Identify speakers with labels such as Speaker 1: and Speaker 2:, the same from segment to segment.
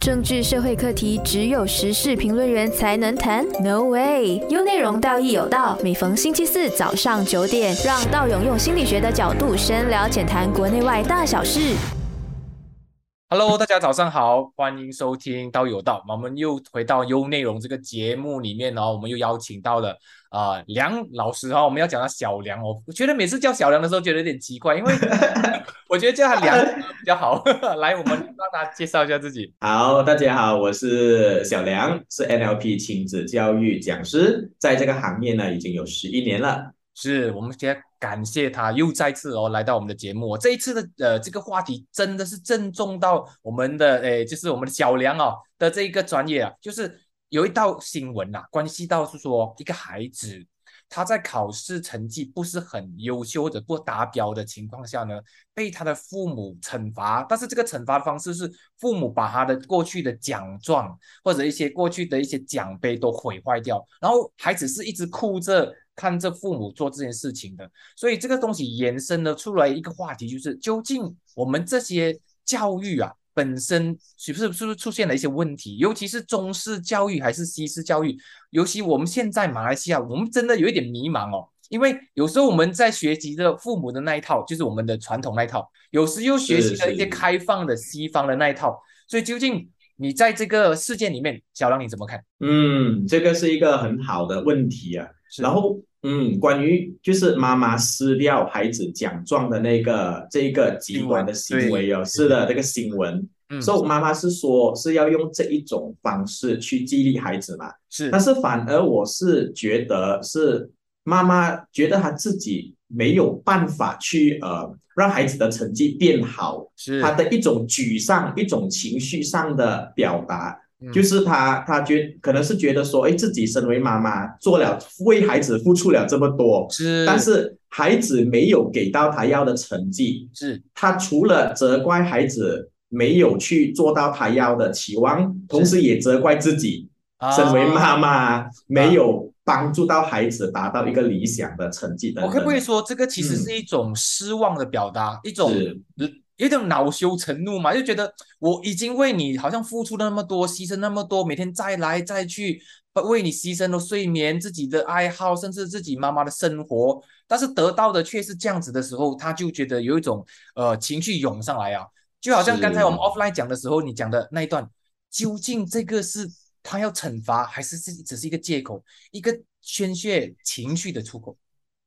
Speaker 1: 政治社会课题只有时事评论员才能谈？No way！有内容，道义有道。每逢星期四早上九点，让道勇用心理学的角度深聊浅谈国内外大小事。
Speaker 2: Hello，大家早上好，欢迎收听《刀有道》。我们又回到优内容这个节目里面哦，我们又邀请到了啊、呃梁老师哦，我们要讲到小梁哦。我觉得每次叫小梁的时候，觉得有点奇怪，因为 我觉得叫他梁比较好。 来，我们让他介绍一下自己。
Speaker 3: 好，大家好，我是小梁，是 NLP 亲子教育讲师，在这个行业呢已经有十一年了。
Speaker 2: 是我们先感谢他又再次哦来到我们的节目、哦。这一次的呃这个话题真的是正中到我们的诶，就是我们的小梁哦的这一个专业啊，就是有一道新闻呐、啊，关系到是说一个孩子他在考试成绩不是很优秀或者不达标的情况下呢，被他的父母惩罚，但是这个惩罚的方式是父母把他的过去的奖状或者一些过去的一些奖杯都毁坏掉，然后孩子是一直哭着看着父母做这件事情的，所以这个东西延伸了出来一个话题，就是究竟我们这些教育啊本身是不是是不是出现了一些问题，尤其是中式教育还是西式教育，尤其我们现在马来西亚，我们真的有一点迷茫哦，因为有时候我们在学习着父母的那一套，就是我们的传统那一套，有时又学习
Speaker 3: 是
Speaker 2: 了一些
Speaker 3: 是
Speaker 2: 开放的西方的那一套，所以究竟你在这个事件里面，小梁你怎么看？
Speaker 3: 嗯，这个是一个很好的问题啊。
Speaker 2: 是
Speaker 3: 然后，嗯，关于就是妈妈撕掉孩子奖状的那个这一个极端的
Speaker 2: 新闻
Speaker 3: 行为哦，是的，这个新闻。
Speaker 2: 嗯
Speaker 3: 所以妈妈是说是要用这一种方式去激励孩子嘛？
Speaker 2: 是
Speaker 3: 但是反而我是觉得是妈妈觉得她自己没有办法去呃让孩子的成绩变好，
Speaker 2: 是
Speaker 3: 她的一种沮丧、一种情绪上的表达，
Speaker 2: 嗯
Speaker 3: 就是她她觉可能是觉得说，哎，自己身为妈妈做了为孩子付出了这么多，
Speaker 2: 是
Speaker 3: 但是孩子没有给到他要的成绩，
Speaker 2: 是
Speaker 3: 他除了责怪孩子没有去做到他要的期望，同时也责怪自己。身为
Speaker 2: 啊
Speaker 3: 妈妈没有帮助到孩子达到一个理想的成绩等
Speaker 2: 我
Speaker 3: 等。
Speaker 2: 可不可以说，这个其实
Speaker 3: 嗯
Speaker 2: 是一种失望的表达，一种
Speaker 3: 是
Speaker 2: 有一种恼羞成怒嘛？就觉得我已经为你好像付出了那么多，牺牲那么多，每天再来再去，呃为你牺牲了睡眠、自己的爱好，甚至自己妈妈的生活，但是得到的却是这样子的时候，他就觉得有一种呃情绪涌上来啊，就好像刚才我们
Speaker 3: 是
Speaker 2: offline 讲的时候，你讲的那一段，究竟这个是他要惩罚，还是是只是一个借口，一个宣泄情绪的出口？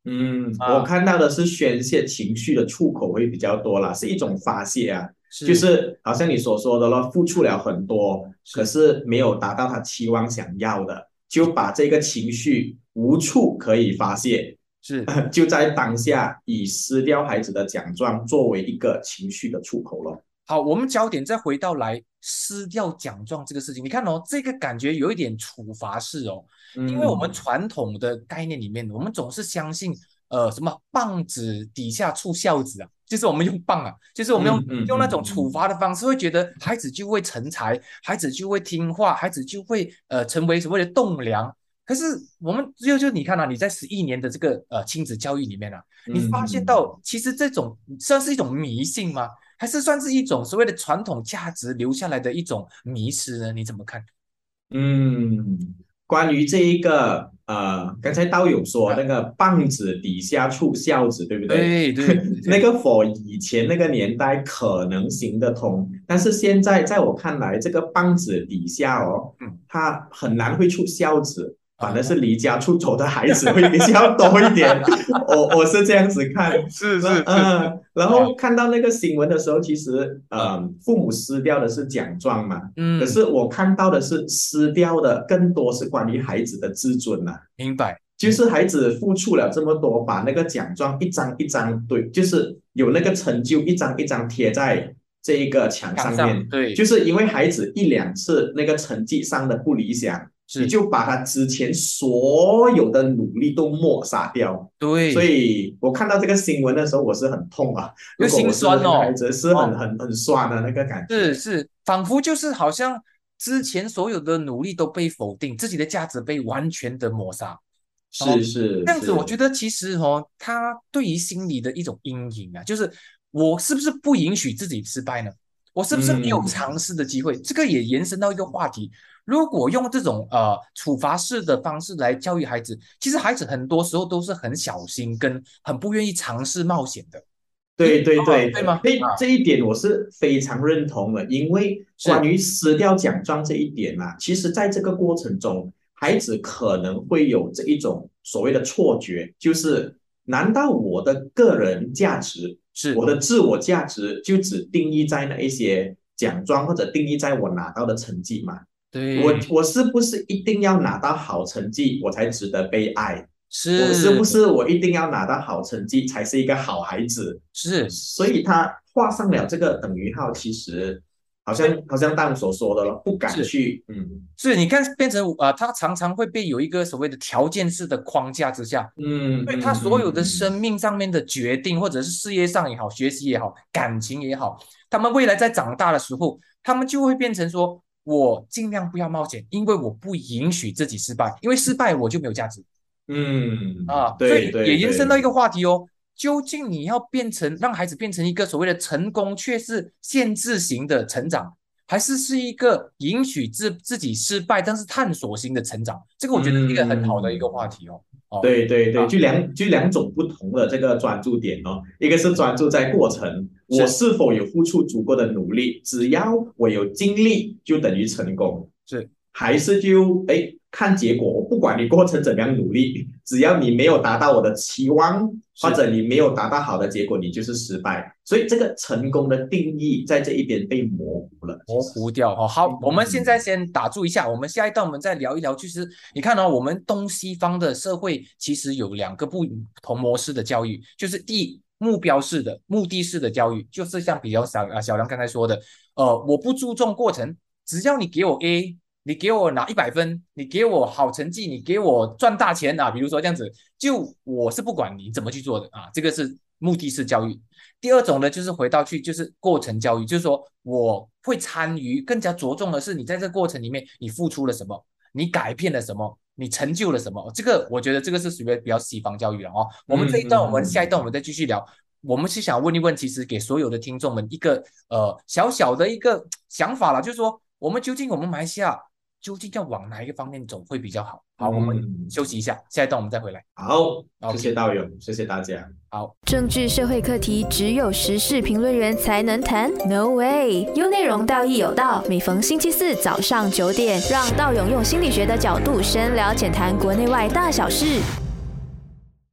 Speaker 3: 嗯，
Speaker 2: 啊
Speaker 3: 我看到的是宣泄情绪的出口会比较多啦，是一种发泄啊，
Speaker 2: 是
Speaker 3: 就是好像你所说的咯，付出了很多，
Speaker 2: 是
Speaker 3: 可是没有达到他期望想要的，就把这个情绪无处可以发泄，
Speaker 2: 是
Speaker 3: 就在当下以撕掉孩子的奖状作为一个情绪的出口咯。
Speaker 2: 好，我们焦点再回到来撕掉奖状这个事情。你看哦，这个感觉有一点处罚式哦，因为我们
Speaker 3: 嗯
Speaker 2: 传统的概念里面，我们总是相信呃什么棒子底下出孝子啊，就是我们用棒啊，就是我们用、
Speaker 3: 嗯嗯
Speaker 2: 用那
Speaker 3: 嗯
Speaker 2: 种
Speaker 3: 嗯
Speaker 2: 处罚的方式，会觉得孩子就会成才，孩子就会听话，孩子就会呃成为所谓的栋梁。可是我们只有就你看啊，你在十一年的这个呃亲子教育里面啊，你发现
Speaker 3: 嗯
Speaker 2: 到其实这种算是一种迷信吗？还是算是一种所谓的传统价值留下来的一种迷失呢？你怎么看？
Speaker 3: 嗯，关于这一个，呃，刚才道友说
Speaker 2: 啊
Speaker 3: 那个棒子底下出孝子，对不对？
Speaker 2: 对 对
Speaker 3: 那个 for 以前那个年代可能行得通，但是现在在我看来，这个棒子底下哦
Speaker 2: 嗯，
Speaker 3: 它很难会出孝子，反
Speaker 2: 啊
Speaker 3: 而是离家出走的孩子会比较多 一点。我我是这样子看。
Speaker 2: 是啊
Speaker 3: 那嗯，然后看到那个新闻的时候，其实呃，父母撕掉的是奖状嘛。
Speaker 2: 嗯
Speaker 3: 可，是我看到的是撕掉的，更多是关于孩子的自尊呐、
Speaker 2: 嗯明白
Speaker 3: 就是孩子付出了这么多，把那个奖状一张一张对，就是有那个成就一张一张贴在这一个墙上
Speaker 2: 上
Speaker 3: 面，
Speaker 2: 对
Speaker 3: 就是因为孩子一两次那个成绩上的不理想，
Speaker 2: 是
Speaker 3: 你就把他之前所有的努力都抹杀掉。
Speaker 2: 对，
Speaker 3: 所以我看到这个新闻的时候，我是很痛啊，
Speaker 2: 有
Speaker 3: 如果
Speaker 2: 心
Speaker 3: 我是那
Speaker 2: 酸
Speaker 3: 个
Speaker 2: 哦
Speaker 3: 孩子是很
Speaker 2: 哦
Speaker 3: 很很酸的那个感觉。
Speaker 2: 是是，仿佛就是好像之前所有的努力都被否定，自己的价值被完全的抹杀。哦
Speaker 3: 是是，
Speaker 2: 这样子，我觉
Speaker 3: 得
Speaker 2: 得其实哦，他对于心理的一种阴影啊，就是我是不是不允许自己失败呢？我是不是没有
Speaker 3: 嗯
Speaker 2: 尝试的机会？这个也延伸到一个话题，如果用这种呃处罚式的方式来教育孩子，其实孩子很多时候都是很小心跟很不愿意尝试冒险的。
Speaker 3: 对对
Speaker 2: 哦
Speaker 3: 对
Speaker 2: 对吗
Speaker 3: 这
Speaker 2: 啊
Speaker 3: 这一点我是非常认同的，因为
Speaker 2: 是
Speaker 3: 关于撕掉奖状这一点啊，其实在这个过程中，孩子可能会有这一种所谓的错觉，就是难道我的个人价值，
Speaker 2: 是
Speaker 3: 我的自我价值就只定义在那一些奖状或者定义在我拿到的成绩吗？
Speaker 2: 对，
Speaker 3: 我我是不是一定要拿到好成绩我才值得被爱？
Speaker 2: 是
Speaker 3: 我是不是我一定要拿到好成绩才是一个好孩子？
Speaker 2: 是
Speaker 3: 所以他画上了这个等于号，其实好像好像大陆所说的了，不敢
Speaker 2: 是
Speaker 3: 去，嗯
Speaker 2: 是，你看变成呃，他常常会被有一个所谓的条件式的框架之下，
Speaker 3: 嗯，
Speaker 2: 对
Speaker 3: 嗯
Speaker 2: 他所有的
Speaker 3: 嗯
Speaker 2: 生命上面的决定，或者是事业上也好，学习也好，感情也好，他们未来在长大的时候，他们就会变成说，我尽量不要冒险，因为我不允许自己失败，因为失败我就没有价值
Speaker 3: 嗯
Speaker 2: 啊。所
Speaker 3: 对
Speaker 2: 以
Speaker 3: 对，
Speaker 2: 也延伸
Speaker 3: 对
Speaker 2: 到一个话题哦，究竟你要变成让孩子变成一个所谓的成功却是限制型的成长，还是是一个允许自自己失败但是探索型的成长？这个我觉得是一个很好的
Speaker 3: 嗯
Speaker 2: 一个话题哦。哦，
Speaker 3: 对对
Speaker 2: 啊
Speaker 3: 对，就两就两种不同的这个专注点哦，一个是专注在过程，
Speaker 2: 是
Speaker 3: 我是否有付出足够的努力，只要我有精力，就等于成功，
Speaker 2: 是，
Speaker 3: 还是就哎看结果，我不管你过程怎样努力，只要你没有达到我的期望，
Speaker 2: 是
Speaker 3: 或者你没有达到好的结果，你就是失败，所以这个成功的定义在这一边被模糊了，
Speaker 2: 模糊掉哦。好
Speaker 3: 嗯，
Speaker 2: 我们现在先打住一下，我们下一段我们再聊一聊。其实你看哦，我们东西方的社会其实有两个不同模式的教育，就是第一。目标式的、目的式的教育，就是像比较小啊小梁刚才说的，呃，我不注重过程，只要你给我 A，你给我拿一百分，你给我好成绩，你给我赚大钱啊，比如说这样子，就我是不管你怎么去做的啊，这个是目的式教育。第二种呢，就是回到去就是过程教育，就是说我会参与，更加着重的是你在这个过程里面你付出了什么，你改变了什么，你成就了什么。这个我觉得这个是属于比较西方教育了哦。我们这一段，我们
Speaker 3: 嗯
Speaker 2: 下一段我们再继续聊。我们是想问一问，其实给所有的听众们一个呃小小的一个呃想法啦，就是说我们究竟我们马来西亚究竟要往哪一个方面走会比较好？好，我们
Speaker 3: 嗯
Speaker 2: 休息一下，下一段我们再回来。
Speaker 3: 好，
Speaker 2: OK
Speaker 3: 谢谢道友，谢谢大家。
Speaker 1: 政治社会课题只有时事评论员才能谈？No way！有内容，道义有道。每逢星期四早上九点，让道勇用心理学的角度深聊浅谈国内外大小事。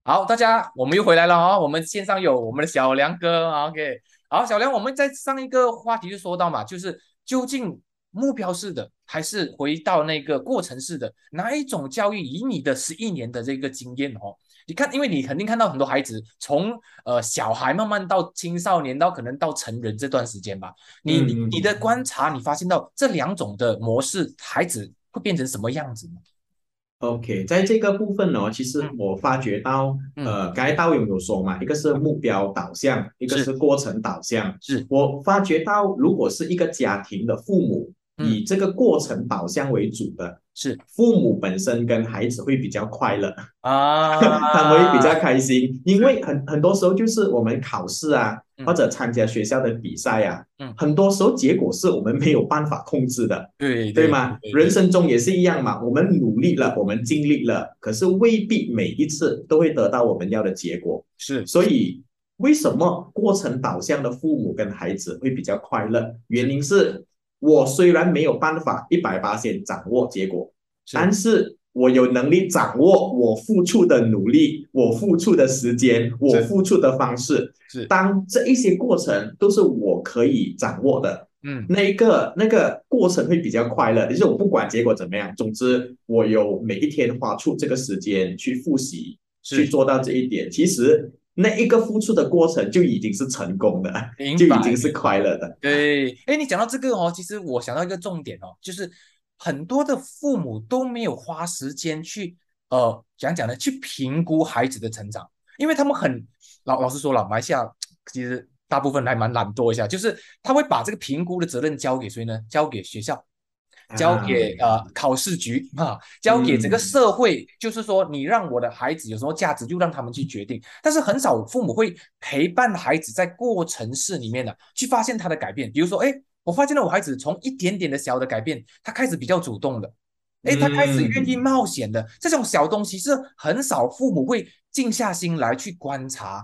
Speaker 2: 好，大家，我们又回来了啊、我们线上有我们的小梁哥啊，OK。好，小梁，我们在上一个话题就说到嘛，就是究竟目标式的还是回到那个过程式的，哪一种教育？以你的十一年的这个经验哦，你看，因为你肯定看到很多孩子从呃小孩慢慢到青少年，到可能到成人这段时间吧，你你
Speaker 3: 嗯嗯
Speaker 2: 你的观察，你发现到这两种的模式，孩子会变成什么样子呢？
Speaker 3: OK，在这个部分呢、哦其实
Speaker 2: 嗯
Speaker 3: 我发觉到，
Speaker 2: 嗯
Speaker 3: 呃，刚才道友有说嘛，一个是目标导向，一个
Speaker 2: 是
Speaker 3: 是过程导向。
Speaker 2: 是，
Speaker 3: 我发觉到，如果是一个家庭的父母
Speaker 2: 嗯
Speaker 3: 以这个过程导向为主的，
Speaker 2: 是
Speaker 3: 父母本身跟孩子会比较快乐，
Speaker 2: 啊
Speaker 3: 他们会比较开心，因为很很多时候就是我们考试啊，
Speaker 2: 嗯
Speaker 3: 或者参加学校的比赛啊，
Speaker 2: 嗯
Speaker 3: 很多时候结果是我们没有办法控制的。
Speaker 2: 对
Speaker 3: 对吗？
Speaker 2: 对
Speaker 3: 人生中也是一样嘛，我们努力了，我们尽力了，可是未必每一次都会得到我们要的结果。
Speaker 2: 是
Speaker 3: 所以，为什么过程导向的父母跟孩子会比较快乐？原因是我虽然没有办法一百八先掌握结果，
Speaker 2: 是
Speaker 3: 但是我有能力掌握我付出的努力、我付出的时间、我
Speaker 2: 是
Speaker 3: 付出的方式。
Speaker 2: 是
Speaker 3: 当这一些过程都是我可以掌握的，
Speaker 2: 嗯
Speaker 3: 那一个那个过程会比较快乐，就是我不管结果怎么样，总之我有每一天花出这个时间去复习，去
Speaker 2: 是
Speaker 3: 做到这一点。其实那一个付出的过程就已经是成功的，
Speaker 2: 明
Speaker 3: 就
Speaker 2: 白
Speaker 3: 已经是快乐的。
Speaker 2: 对。哎，你讲到这个哦，其实我想到一个重点哦，就是很多的父母都没有花时间去呃讲讲呢，去评估孩子的成长，因为他们很老老实说了，马来西亚其实大部分还蛮懒惰一下，就是他会把这个评估的责任交给谁呢？交给学校。交给
Speaker 3: 啊
Speaker 2: 呃考试局啊，交给整个
Speaker 3: 嗯
Speaker 2: 社会，就是说你让我的孩子有什么价值，就让他们去决定。但是很少父母会陪伴孩子在过程式里面呢、去发现他的改变。比如说，哎，我发现了我孩子从一点点的小的改变，他开始比较主动的，诶，他开始愿意
Speaker 3: 嗯
Speaker 2: 冒险的，这种小东西是很少父母会静下心来去观察。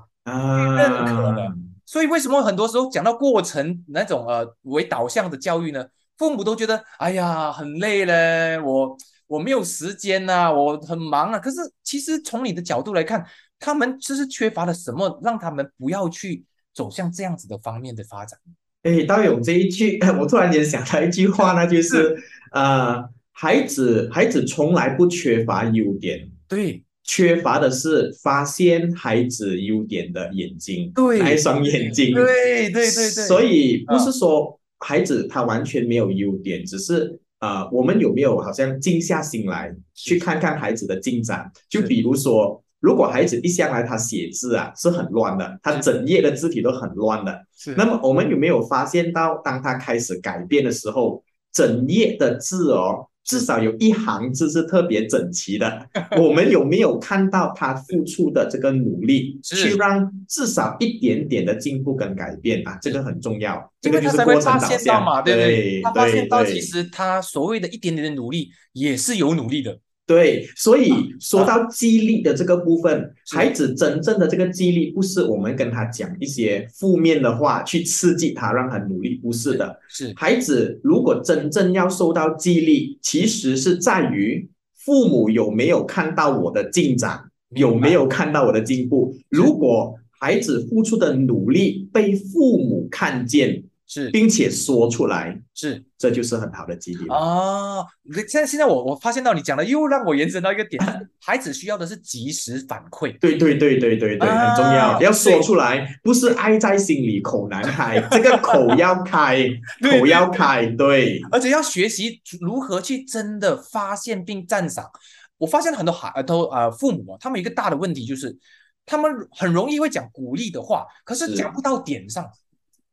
Speaker 2: 呃
Speaker 3: 啊，
Speaker 2: 认可了所以为什么很多时候讲到过程那种呃为导向的教育呢？父母都觉得哎呀很累嘞，我我没有时间呐、我很忙啊。可是其实从你的角度来看，他们就是缺乏了什么，让他们不要去走向这样子的方面的发展。
Speaker 3: 哎，道勇这一句， 我突然间想到一句话，那就是，呃，孩子，孩子从来不缺乏优点，
Speaker 2: 对
Speaker 3: 缺乏的是发现孩子优点的眼睛，
Speaker 2: 对
Speaker 3: 那一双眼睛。
Speaker 2: 对对对对，
Speaker 3: 所以不
Speaker 2: 啊
Speaker 3: 是说孩子他完全没有优点，只是呃，我们有没有好像静下心来去看看孩子的进展？就是比如说，如果孩子一向来他写字啊是很乱的，他
Speaker 2: 是
Speaker 3: 整页的字体都很乱的，
Speaker 2: 是
Speaker 3: 那么我们有没有发现到，当他开始改变的时候，整页的字哦，至少有一行字是特别整齐的。 我们有没有看到他付出的这个努力，
Speaker 2: 是
Speaker 3: 去让至少一点点的进步跟改变啊？这个很重要，这
Speaker 2: 因
Speaker 3: 个
Speaker 2: 为
Speaker 3: 就
Speaker 2: 他
Speaker 3: 是
Speaker 2: 才
Speaker 3: 过
Speaker 2: 会
Speaker 3: 程
Speaker 2: 发
Speaker 3: 导
Speaker 2: 现到
Speaker 3: 向。
Speaker 2: 嘛，对不
Speaker 3: 对，
Speaker 2: 他发现到
Speaker 3: 对
Speaker 2: 其实他所谓的一点点的努力也是有努力的，
Speaker 3: 对，所以
Speaker 2: 啊
Speaker 3: 说到激励的这个部分，
Speaker 2: 是
Speaker 3: 孩子真正的这个激励不是我们跟他讲一些负面的话去刺激他，让他努力，不是的。
Speaker 2: 是
Speaker 3: 孩子如果真正要受到激励，其实是在于父母有没有看到我的进展，有没有看到我的进步。如果孩子付出的努力被父母看见，
Speaker 2: 是
Speaker 3: 并且说出来，
Speaker 2: 是。
Speaker 3: 这就是很好的激励了。
Speaker 2: 啊，你现在现在我我发现到你讲的又让我延伸到一个点，就是孩子需要的是及时反馈，
Speaker 3: 对对对对对对，
Speaker 2: 啊
Speaker 3: 很重要，
Speaker 2: 对
Speaker 3: 要说出来，不是爱在心里口难开，这个口要开，
Speaker 2: 对
Speaker 3: 口要开，对，
Speaker 2: 而且要学习如何去真的发现并赞赏。我发现很多孩都呃父母啊，他们有一个大的问题就是，他们很容易会讲鼓励的话，可是
Speaker 3: 是
Speaker 2: 讲不到点上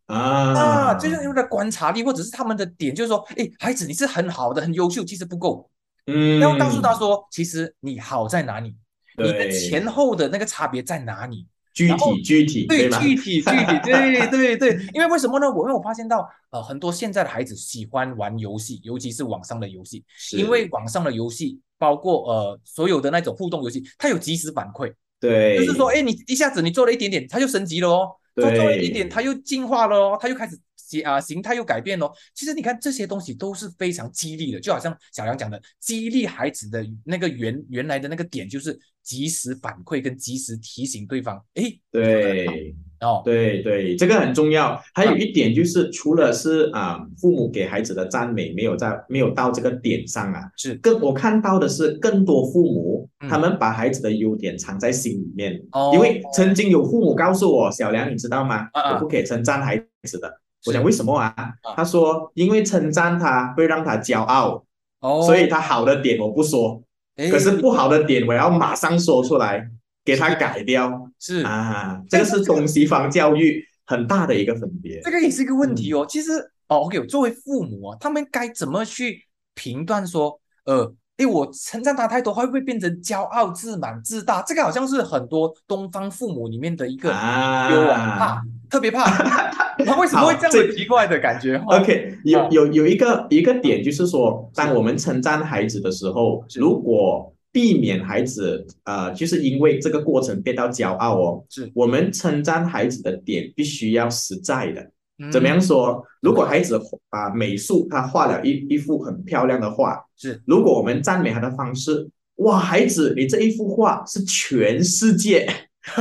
Speaker 3: 啊，
Speaker 2: 啊，这就是因为他的观察力或者是他们的点，就是说，哎，孩子你是很好的，很优秀，其实不够，
Speaker 3: 嗯，
Speaker 2: 要告诉他说，其实你好在哪里，你的
Speaker 3: 对
Speaker 2: 前后的那个差别在哪里。
Speaker 3: 具
Speaker 2: 然后
Speaker 3: 体具体，
Speaker 2: 对，
Speaker 3: 吗？
Speaker 2: 具体具体， 对对对，因为为什么呢？我因为我发现到，呃，很多现在的孩子喜欢玩游戏，尤其是网上的游戏，
Speaker 3: 是
Speaker 2: 因为网上的游戏包括呃所有的那种互动游戏，它有及时反馈，
Speaker 3: 对，
Speaker 2: 就是说，哎，你一下子你做了一点点，它就升级了哦，做
Speaker 3: 对
Speaker 2: 做了一点点，它又进化了哦，它又开始形啊、形态又改变了哦。其实你看这些东西都是非常激励的，就好像小杨讲的，激励孩子的那个原原来的那个点就是及时反馈跟及时提醒对方，哎，
Speaker 3: 对
Speaker 2: 哦。
Speaker 3: 对对，这个很重要。还
Speaker 2: 嗯
Speaker 3: 有一点就是，除了是啊、父母给孩子的赞美没有在没有到这个点上啊，
Speaker 2: 是
Speaker 3: 更我看到的是更多父母
Speaker 2: 嗯
Speaker 3: 他们把孩子的优点藏在心里面，
Speaker 2: 哦
Speaker 3: 因为曾经有父母告诉我，小梁你知道吗？
Speaker 2: 啊啊
Speaker 3: 我不可以称赞孩子的。我
Speaker 2: 是
Speaker 3: 讲为什么啊？他说因为称赞他会让他骄傲，
Speaker 2: 哦，
Speaker 3: 所以他好的点我不说，
Speaker 2: 诶
Speaker 3: 可是不好的点我要马上说出来，给他改掉。
Speaker 2: 是
Speaker 3: 啊，这个是东西方教育很大的一个分别。
Speaker 2: 这个也是一个问题哦。其实哦，OK，作为父母啊，他们该怎么去评断说，呃，诶，我称赞他太多，会不会变成骄傲、自满、自大？这个好像是很多东方父母里面的一个忧啊，
Speaker 3: 啊
Speaker 2: 怕，特别 怕。他为什么会这样
Speaker 3: 好
Speaker 2: 子
Speaker 3: 这
Speaker 2: 奇怪的感觉？哦
Speaker 3: ，OK，有有有一个一个点就是说，当我们称赞孩子的时候，
Speaker 2: 是
Speaker 3: 如果避免孩子呃，就是因为这个过程变到骄傲哦，
Speaker 2: 是
Speaker 3: 我们称赞孩子的点必须要实在的。
Speaker 2: 嗯
Speaker 3: 怎么样说？如果孩子啊、美术他画了一一幅很漂亮的画，
Speaker 2: 是
Speaker 3: 如果我们赞美他的方式，哇，孩子，你这一幅画是全世 界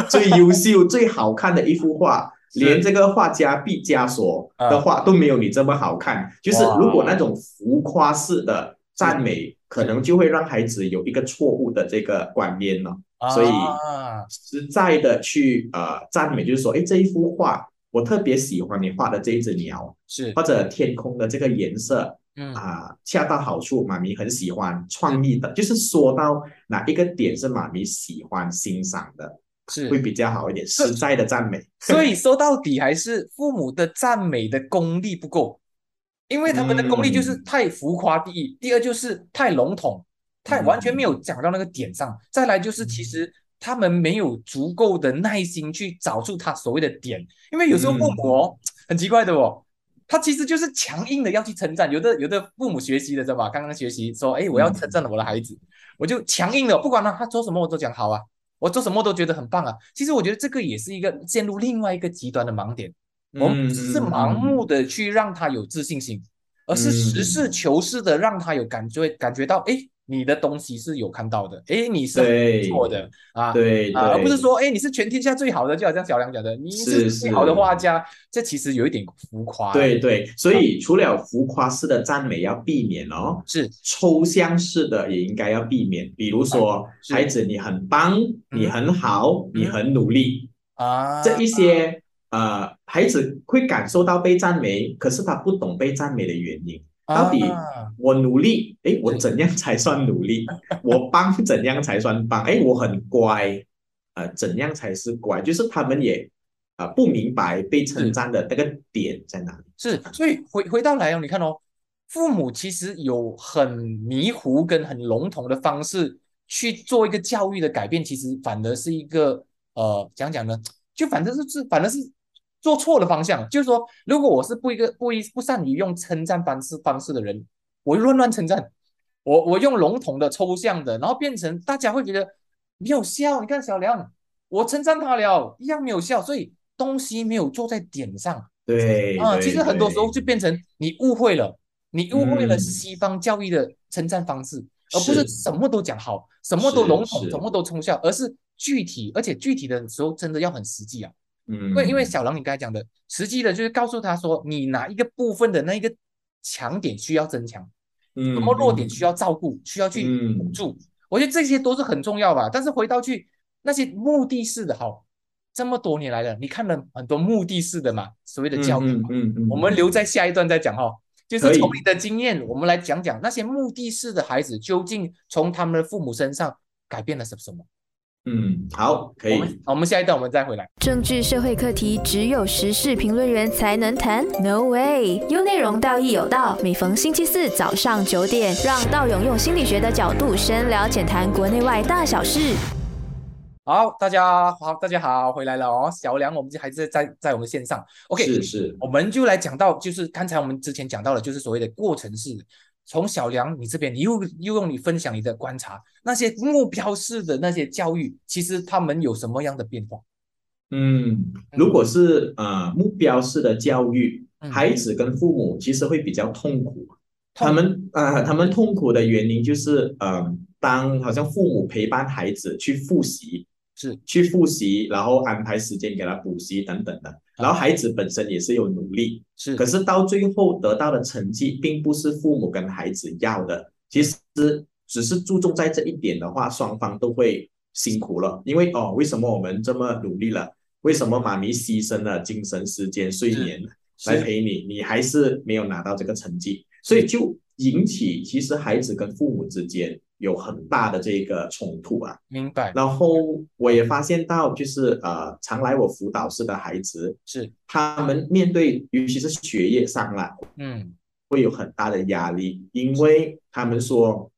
Speaker 3: 最优秀、最好看的一幅画，
Speaker 2: 是啊
Speaker 3: 连这个画家毕加索的画都没有你这么好看。就是
Speaker 2: 哇嗯
Speaker 3: 如果那种浮夸式的赞美，可能就会让孩子有一个错误的这个观念了。所以
Speaker 2: 啊
Speaker 3: 实在的去呃赞美，就是说，哎，这一幅画我特别喜欢你画的这一只鸟，
Speaker 2: 是
Speaker 3: 或者天空的这个颜色
Speaker 2: 嗯
Speaker 3: 啊、恰到好处，妈咪很喜欢，创意的，就是说到哪一个点是妈咪喜欢欣赏的，
Speaker 2: 是
Speaker 3: 会比较好一点，实在的赞美。
Speaker 2: 所以说到底还是父母的赞美的功力不够，因为他们的功力就是太浮夸，第一，第二就是太笼统，太完全没有讲到那个点上。再来就是其实他们没有足够的耐心去找出他所谓的点，因为有时候父母哦很奇怪的哦，他其实就是强硬的要去称赞。有的有的父母学习的，知道吧？刚刚学习说，哎，我要
Speaker 3: 嗯
Speaker 2: 称赞我的孩子，我就强硬的，不管他他做什么我都讲好啊，我做什么都觉得很棒啊。其实我觉得这个也是一个陷入另外一个极端的盲点，我
Speaker 3: 嗯
Speaker 2: 们只是盲目的去让他有自信心，而
Speaker 3: 嗯
Speaker 2: 是实事求是的让他有感觉，感觉到，哎，你的东西是有看到的，哎，你是不
Speaker 3: 对
Speaker 2: 错的啊，
Speaker 3: 对对，
Speaker 2: 啊，而不是说，哎，你是全天下最好的，就好像小梁讲的，你
Speaker 3: 是
Speaker 2: 是
Speaker 3: 是
Speaker 2: 最好的画家，这其实有一点浮夸。
Speaker 3: 对，对，所以除了浮夸式的赞美要避免哦，
Speaker 2: 是
Speaker 3: 抽象式的也应该要避免。比如说，
Speaker 2: 是
Speaker 3: 孩子你很棒，
Speaker 2: 嗯
Speaker 3: 你很好，你很努力，
Speaker 2: 啊，
Speaker 3: 这一些呃，孩子会感受到被赞美，可是他不懂被赞美的原因。到底
Speaker 2: 啊
Speaker 3: 我努力，诶，我怎样才算努 力？我帮怎样才算帮？诶，我很乖，呃，怎样才是乖？就是他们也呃不明白被称
Speaker 2: 是
Speaker 3: 赞的那个点在哪里。
Speaker 2: 是，所以回回到来哦，你看哦，父母其实有很迷糊跟很笼统的方式去做一个教育的改变，其实反而是一个呃，讲讲呢，就反正就是反正是做错了方向。就是说，如果我是不一个不一不善于用称赞方式方式的人，我乱乱称赞，我我用笼统的抽象的，然后变成大家会觉得没有效。你看小梁，我称赞他了，一样没有效，所以东西没有做在点上。
Speaker 3: 对，
Speaker 2: 啊，
Speaker 3: 对
Speaker 2: 其实很多时候
Speaker 3: 对
Speaker 2: 就变成你误会了，你误会了
Speaker 3: 嗯
Speaker 2: 西方教育的称赞方式，而不是
Speaker 3: 是
Speaker 2: 什么都讲好，什么都
Speaker 3: 是
Speaker 2: 笼统，
Speaker 3: 是
Speaker 2: 什么都抽象，而是具体，而且具体的时候真的要很实际啊。
Speaker 3: 嗯，
Speaker 2: 因为因为小狼你刚才讲的，实际的就是告诉他说，你哪一个部分的那一个强点需要增强，
Speaker 3: 嗯
Speaker 2: 什么弱点需要照顾，需要去补
Speaker 3: 嗯
Speaker 2: 助。我觉得这些都是很重要吧。但是回到去那些目的式的，好，这么多年来了，你看了很多目的式的嘛，所谓的教育
Speaker 3: 嗯
Speaker 2: 嘛。
Speaker 3: 嗯嗯，
Speaker 2: 我们留在下一段再讲哦。就是
Speaker 3: 可以
Speaker 2: 从你的经验，我们来讲讲那些目的式的孩子究竟从他们的父母身上改变了什什么。
Speaker 3: 嗯好，可
Speaker 2: 我
Speaker 3: 以，
Speaker 2: 们我们下一段我们再回来。
Speaker 1: 政治社会课题只有时事评论员才能谈，No way！有内容，道义有道。每逢星期四早上九点，让道勇用心理学的角度深聊浅谈国内外大小事。
Speaker 2: 好，大家好，大家好，回来了哦。小梁，我们还是在在我们线上。OK，
Speaker 3: 是是，
Speaker 2: 我们就来讲到，就是刚才我们之前讲到的，就是所谓的过程式的。从小梁你这边，你又又用你分享你的观察，那些目标式的那些教育，其实他们有什么样的变化？
Speaker 3: 嗯，如果是呃目标式的教育，
Speaker 2: 嗯
Speaker 3: 孩子跟父母其实会比较痛苦。
Speaker 2: 痛
Speaker 3: 他们啊、呃他们痛苦的原因就是，嗯、当好像父母陪伴孩子去复习，
Speaker 2: 是
Speaker 3: 去复习，然后安排时间给他补习等等
Speaker 2: 啊
Speaker 3: 的，然后孩子本身也是有努力，
Speaker 2: 是
Speaker 3: 可是到最后得到的成绩，并不是父母跟孩子要的。其实只是注重在这一点的话，双方都会辛苦了。因为哦，为什么我们这么努力了？为什么妈咪牺牲了精神、时间、睡眠来
Speaker 2: 是
Speaker 3: 陪你，你还是没有拿到这个成绩？所以就引起其实孩子跟父母之间有很大的这个冲突啊。
Speaker 2: 明白
Speaker 3: 然后我也发现到，就是呃，常来我辅导室的孩子，
Speaker 2: 是
Speaker 3: 他们面对尤其是学业上啦，
Speaker 2: 嗯
Speaker 3: 会有很大的压力，因为他们说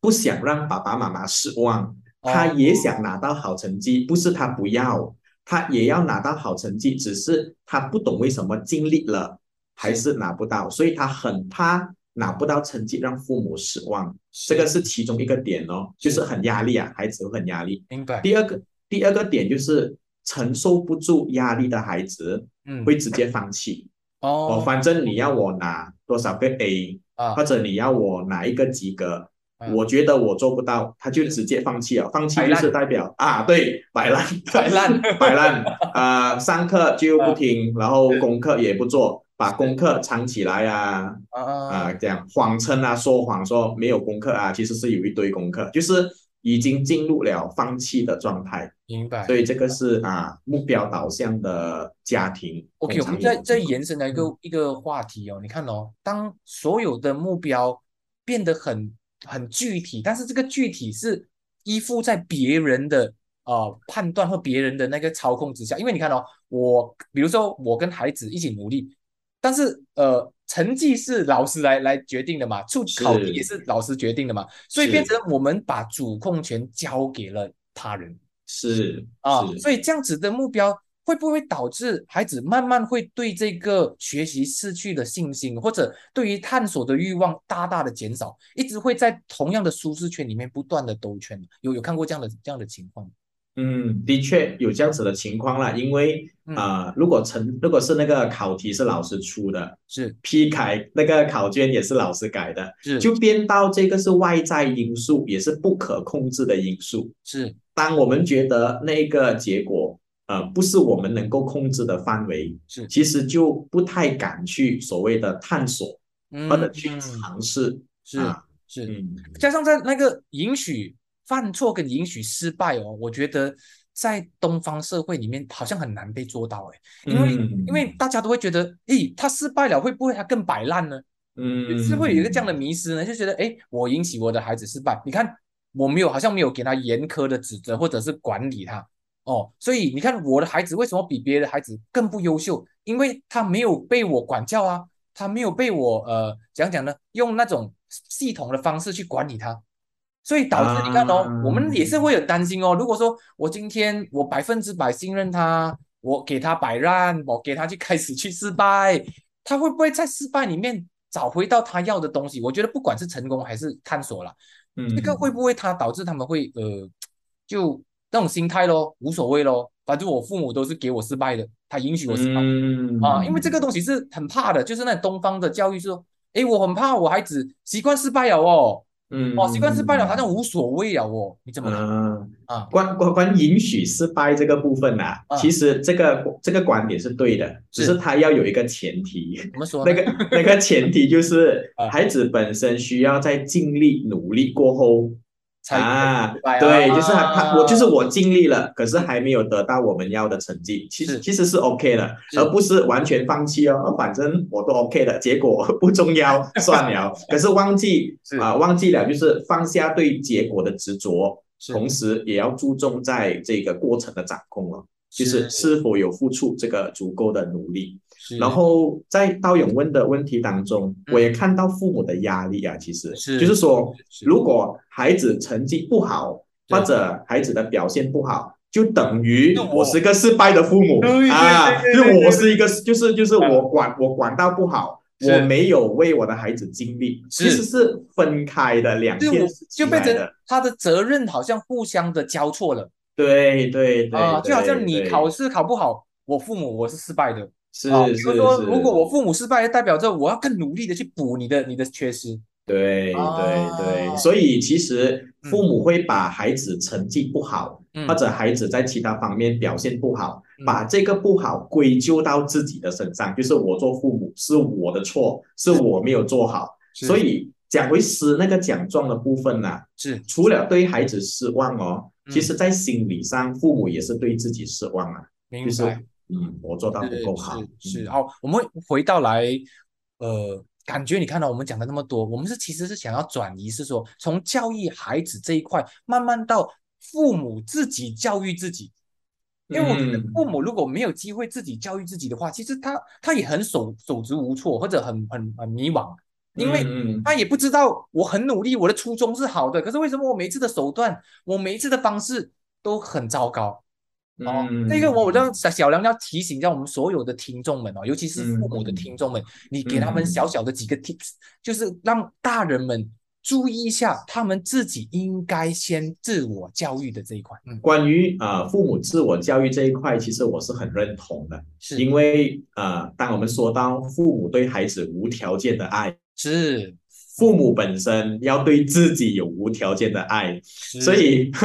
Speaker 3: 不想让爸爸妈妈失望，
Speaker 2: 哦
Speaker 3: 他也想拿到好成绩，不是他不要，他也要拿到好成绩，只是他不懂为什么尽力了还是拿不到，所以他很怕拿不到成绩让父母失望，这个是其中一个点哦，就是很压力啊，孩子会很压力。
Speaker 2: 明白
Speaker 3: 第二个第二个点就是承受不住压力的孩子
Speaker 2: 嗯
Speaker 3: 会直接放弃。哦，
Speaker 2: 哦
Speaker 3: 反正你要我拿多少个 A，
Speaker 2: 啊
Speaker 3: 或者你要我哪一个及格
Speaker 2: 啊，
Speaker 3: 我觉得我做不到，他就直接放弃了。放弃
Speaker 2: 摆
Speaker 3: 就
Speaker 2: 烂
Speaker 3: 是代表啊，对，摆烂，
Speaker 2: 摆烂 嗯
Speaker 3: 摆烂啊，上课就不听，然后功课也不做，把功课藏起来啊，
Speaker 2: 啊啊
Speaker 3: 啊，这样谎称啊，说谎说没有功课啊，其实是有一堆功课，就是已经进入了放弃的状态。
Speaker 2: 明白。
Speaker 3: 所以这个是啊，目标导向的家庭
Speaker 2: 哎 OK，
Speaker 3: 通
Speaker 2: 我
Speaker 3: 常
Speaker 2: 们
Speaker 3: 有
Speaker 2: 再
Speaker 3: 的嗯
Speaker 2: 再
Speaker 3: 情况
Speaker 2: 延伸到一个一个话题哦，你看哦，当所有的目标变得很很具体，但是这个具体是依附在别人的呃判断和别人的那个操控之下，因为你看哦，我比如说我跟孩子一起努力，但是呃成绩是老师来来决定的嘛，出考题
Speaker 3: 是
Speaker 2: 也是老师决定的嘛，所以
Speaker 3: 是
Speaker 2: 变成我们把主控权交给了他人。
Speaker 3: 是
Speaker 2: 啊，
Speaker 3: 是
Speaker 2: 所以这样子的目标会不会导致孩子慢慢会对这个学习失去了信心，或者对于探索的欲望大大的减少，一直会在同样的舒适圈里面不断的兜圈？有有看过这样的这样的情况吗？
Speaker 3: 嗯，的确有这样子的情况啦，因为
Speaker 2: 嗯
Speaker 3: 啊、呃如果成如果是那个考题是老师出的，
Speaker 2: 是
Speaker 3: 批改那个考卷也是老师改的，
Speaker 2: 是
Speaker 3: 就变到这个是外在因素，也是不可控制的因素。
Speaker 2: 是
Speaker 3: 当我们觉得那个结果呃不是我们能够控制的范围，
Speaker 2: 是
Speaker 3: 其实就不太敢去所谓的探索
Speaker 2: 嗯
Speaker 3: 或者去
Speaker 2: 嗯
Speaker 3: 尝试
Speaker 2: 是
Speaker 3: 啊，
Speaker 2: 是
Speaker 3: 嗯，
Speaker 2: 加上在那个允许犯错跟允许失败哦，我觉得在东方社会里面好像很难被做到哎，因为
Speaker 3: 嗯
Speaker 2: 因为大家都会觉得，诶，他失败了会不会他更摆烂呢？
Speaker 3: 嗯
Speaker 2: 是会有一个这样的迷失呢，就觉得诶，我引起我的孩子失败，你看我没有好像没有给他严苛的指责或者是管理他哦，所以你看我的孩子为什么比别的孩子更不优秀？因为他没有被我管教啊，他没有被我呃讲讲呢，用那种系统的方式去管理他，所以导致你看哦，
Speaker 3: 啊
Speaker 2: 我们也是会有担心哦。如果说我今天我百分之百信任他，我给他摆烂，我给他去开始去失败，他会不会在失败里面找回到他要的东西？我觉得不管是成功还是探索啦，这个
Speaker 3: 嗯
Speaker 2: 会不会他导致他们会呃，就那种心态咯，无所谓咯，反正我父母都是给我失败的，他允许我失败。
Speaker 3: 嗯
Speaker 2: 啊，因为这个东西是很怕的，就是那东方的教育是说，诶，我很怕我孩子习惯失败了哦，
Speaker 3: 嗯
Speaker 2: 哦，习惯失败了好像无所谓了哦，你怎么看
Speaker 3: 嗯。
Speaker 2: 啊？
Speaker 3: 关关关于允许失败这个部分呐、
Speaker 2: 啊
Speaker 3: 其实这个这个观点是对的，只
Speaker 2: 是
Speaker 3: 是它要有一个前提，
Speaker 2: 怎么说
Speaker 3: 那
Speaker 2: 呢？
Speaker 3: 个那个前提就是
Speaker 2: 啊
Speaker 3: 孩子本身需要在尽力努力过后
Speaker 2: 才
Speaker 3: 啊
Speaker 2: 失败，
Speaker 3: 对，就是他
Speaker 2: 啊
Speaker 3: 他我就是我尽力了，可是还没有得到我们要的成绩，其
Speaker 2: 是
Speaker 3: 实其实是 OK 的，
Speaker 2: 是
Speaker 3: 而不是完全放弃哦，啊反正我都 OK 的，结果不重要，算 了。可是忘记
Speaker 2: 是
Speaker 3: 啊、忘记了就是放下对结果的执着，
Speaker 2: 是
Speaker 3: 同时也要注重在这个过程的掌控哦，就是
Speaker 2: 是
Speaker 3: 是否有付出这个足够的努力。
Speaker 2: 是
Speaker 3: 然后在道勇问的问题当中，
Speaker 2: 嗯
Speaker 3: 我也看到父母的压力啊，其实
Speaker 2: 是
Speaker 3: 就是说，
Speaker 2: 是
Speaker 3: 如果孩子成绩不好，
Speaker 2: 对
Speaker 3: 或者孩子的表现不好，就等于
Speaker 2: 是我
Speaker 3: 我是个失败的父母
Speaker 2: 对对
Speaker 3: 啊，
Speaker 2: 对
Speaker 3: 就
Speaker 2: 对对
Speaker 3: 是
Speaker 2: 对
Speaker 3: 我是一个，就是就是
Speaker 2: 啊
Speaker 3: 我管我管到不好，
Speaker 2: 是
Speaker 3: 我没有为我的孩子尽力，
Speaker 2: 是
Speaker 3: 其实是分开的两
Speaker 2: 就
Speaker 3: 件
Speaker 2: 我
Speaker 3: 事
Speaker 2: 就
Speaker 3: 情
Speaker 2: 变
Speaker 3: 来
Speaker 2: 成
Speaker 3: 的，
Speaker 2: 他的责任好像互相的交错了
Speaker 3: 对对对
Speaker 2: 啊，就好像
Speaker 3: 对
Speaker 2: 你
Speaker 3: 对
Speaker 2: 考试考不好，我父母我是失败的
Speaker 3: 是
Speaker 2: 啊，比
Speaker 3: 是
Speaker 2: 如说
Speaker 3: 是，
Speaker 2: 如果我父母失败，代表着我要更努力的去补你的你的缺失，
Speaker 3: 对
Speaker 2: 哦
Speaker 3: 对对，所以其实
Speaker 2: 嗯
Speaker 3: 父母会把孩子成绩不好，
Speaker 2: 嗯
Speaker 3: 或者孩子在其他方面表现不好，
Speaker 2: 嗯
Speaker 3: 把这个不好归咎到自己的身上，就是我做父母是我的错，是我没有做好。
Speaker 2: 是
Speaker 3: 所以讲回诗那个奖状的部分呢、
Speaker 2: 是
Speaker 3: 除了对孩子失望哦，
Speaker 2: 嗯
Speaker 3: 其实在心理上，父母也是对自己失望啊，
Speaker 2: 明
Speaker 3: 就是
Speaker 2: 白。
Speaker 3: 嗯，我做到不
Speaker 2: 是
Speaker 3: 够好，
Speaker 2: 是是
Speaker 3: 嗯
Speaker 2: 哦，我们回到来，呃，感觉你看到我们讲的那么多，我们是其实是想要转移，是说从教育孩子这一块，慢慢到父母自己教育自己。因为我觉得
Speaker 3: 嗯
Speaker 2: 父母如果没有机会自己教育自己的话，其实他他也很手手足无措，或者很很很迷惘，因为
Speaker 3: 嗯嗯
Speaker 2: 他也不知道我很努力，我的初衷是好的，可是为什么我每一次的手段，我每一次的方式都很糟糕？
Speaker 3: 嗯
Speaker 2: 哦，这个我我让小小梁要提醒一下我们所有的听众们哦，尤其是父母的听众们，你给他们
Speaker 3: 嗯
Speaker 2: 小小的几个 tips，、就是让大人们注意一下，他们自己应该先自我教育的这一块。嗯，
Speaker 3: 关于呃父母自我教育这一块，其实我是很认同的，
Speaker 2: 是
Speaker 3: 因为呃，当我们说到父母对孩子无条件的爱，
Speaker 2: 是，
Speaker 3: 父母本身要对自己有无条件的爱，
Speaker 2: 是
Speaker 3: 所以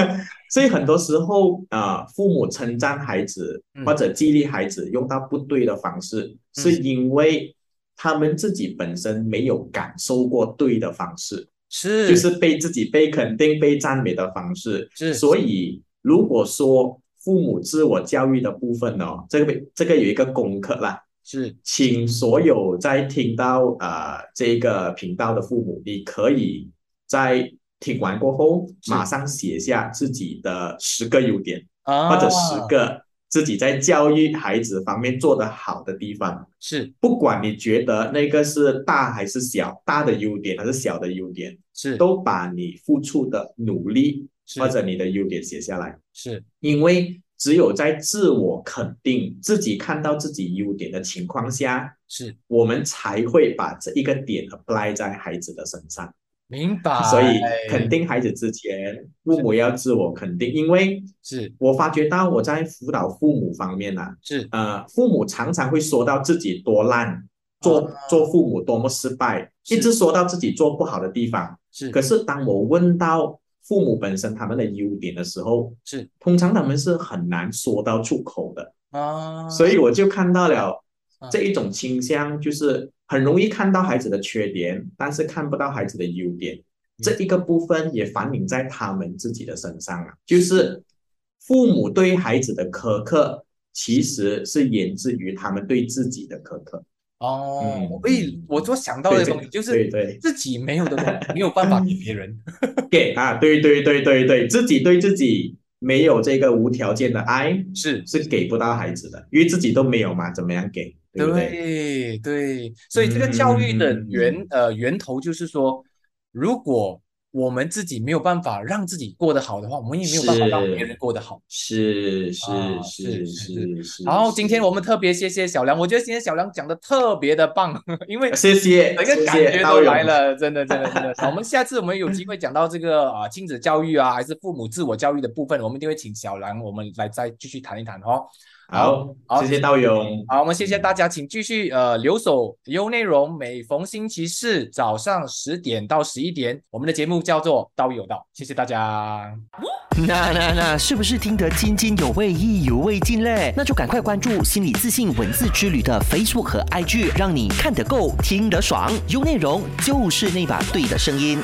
Speaker 3: 所以很多时候啊、呃父母称赞孩子
Speaker 2: 嗯
Speaker 3: 或者激励孩子用到不对的方式，
Speaker 2: 嗯
Speaker 3: 是因为他们自己本身没有感受过对的方式。
Speaker 2: 是
Speaker 3: 就是被自己被肯定、被赞美的方式。
Speaker 2: 是
Speaker 3: 所以如果说父母自我教育的部分哦，这个这个有一个功课啦，
Speaker 2: 是
Speaker 3: 请所有在听到呃这个频道的父母，你可以在听完过后
Speaker 2: 是
Speaker 3: 马上写下自己的十个优点，
Speaker 2: 啊，
Speaker 3: 或者十个自己在教育孩子方面做得好的地方。
Speaker 2: 是
Speaker 3: 不管你觉得那个是大还是小，大的优点还是小的优点，
Speaker 2: 是
Speaker 3: 都把你付出的努力
Speaker 2: 是
Speaker 3: 或者你的优点写下来，
Speaker 2: 是
Speaker 3: 因为只有在自我肯定、自己看到自己优点的情况下，
Speaker 2: 是
Speaker 3: 我们才会把这一个点 apply 在孩子的身上。
Speaker 2: 明白，
Speaker 3: 所以，肯定孩子之前，父母要自我肯定，因为
Speaker 2: 是
Speaker 3: 我发觉到我在辅导父母方面呢、
Speaker 2: 是
Speaker 3: 呃，父母常常会说到自己多烂，做做父母多么失败，
Speaker 2: 是
Speaker 3: 一直说到自己做不好的地方。
Speaker 2: 是
Speaker 3: 可是当我问到父母本身他们的优点的时候，
Speaker 2: 是
Speaker 3: 通常他们是很难说到出口的，
Speaker 2: 啊，
Speaker 3: 所以我就看到了
Speaker 2: 啊
Speaker 3: 这一种倾向，就是很容易看到孩子的缺点，但是看不到孩子的优点。
Speaker 2: 嗯
Speaker 3: 这一个部分也反映在他们自己的身上啊，就是父母对孩子的苛刻，其实是源自于他们对自己的苛刻。
Speaker 2: 哦，
Speaker 3: 嗯
Speaker 2: 所以我就想到
Speaker 3: 对
Speaker 2: 的
Speaker 3: 这
Speaker 2: 东西就是
Speaker 3: 对对，
Speaker 2: 自己没有的东西，没有办法给别 人，
Speaker 3: 给啊，对对对对对，自己对自己没有这个无条件的爱，
Speaker 2: 是
Speaker 3: 是给不到孩子的，因为自己都没有嘛，怎么样给，对不对？嗯
Speaker 2: 对对，所以这个教育的源、呃源头就是说，如果我们自己没有办法让自己过得好的话，我们也没有办法让别人过得好。
Speaker 3: 是是
Speaker 2: 啊
Speaker 3: 是
Speaker 2: 是是
Speaker 3: 是是。
Speaker 2: 然后今天
Speaker 3: 是
Speaker 2: 我们特别谢谢小梁，我觉得今天小梁讲的特别的棒， 因为
Speaker 3: 谢谢，
Speaker 2: 整个
Speaker 3: 谢
Speaker 2: 感
Speaker 3: 谢
Speaker 2: 觉
Speaker 3: 道
Speaker 2: 都
Speaker 3: 勇
Speaker 2: 来了，真的，真的，真的。 好我们下次我们有机会讲到这个啊亲子教育啊，还是父母自我教育的部分，我们一定会请小兰我们来再继续谈一谈哦。
Speaker 3: 好，
Speaker 2: 好
Speaker 3: 谢谢道勇，
Speaker 2: 好，我们谢谢大家，请继续呃留守优内容，每逢星期四早上十点到十一点，我们的节目叫做《道有道》，谢谢大家。
Speaker 4: 那那那，是不是听得津津有味、意犹未尽嘞？那就赶快关注“心理自信文字之旅”的 Facebook 和 IG，让你看得够、听得爽，有内容就是那把对的声音。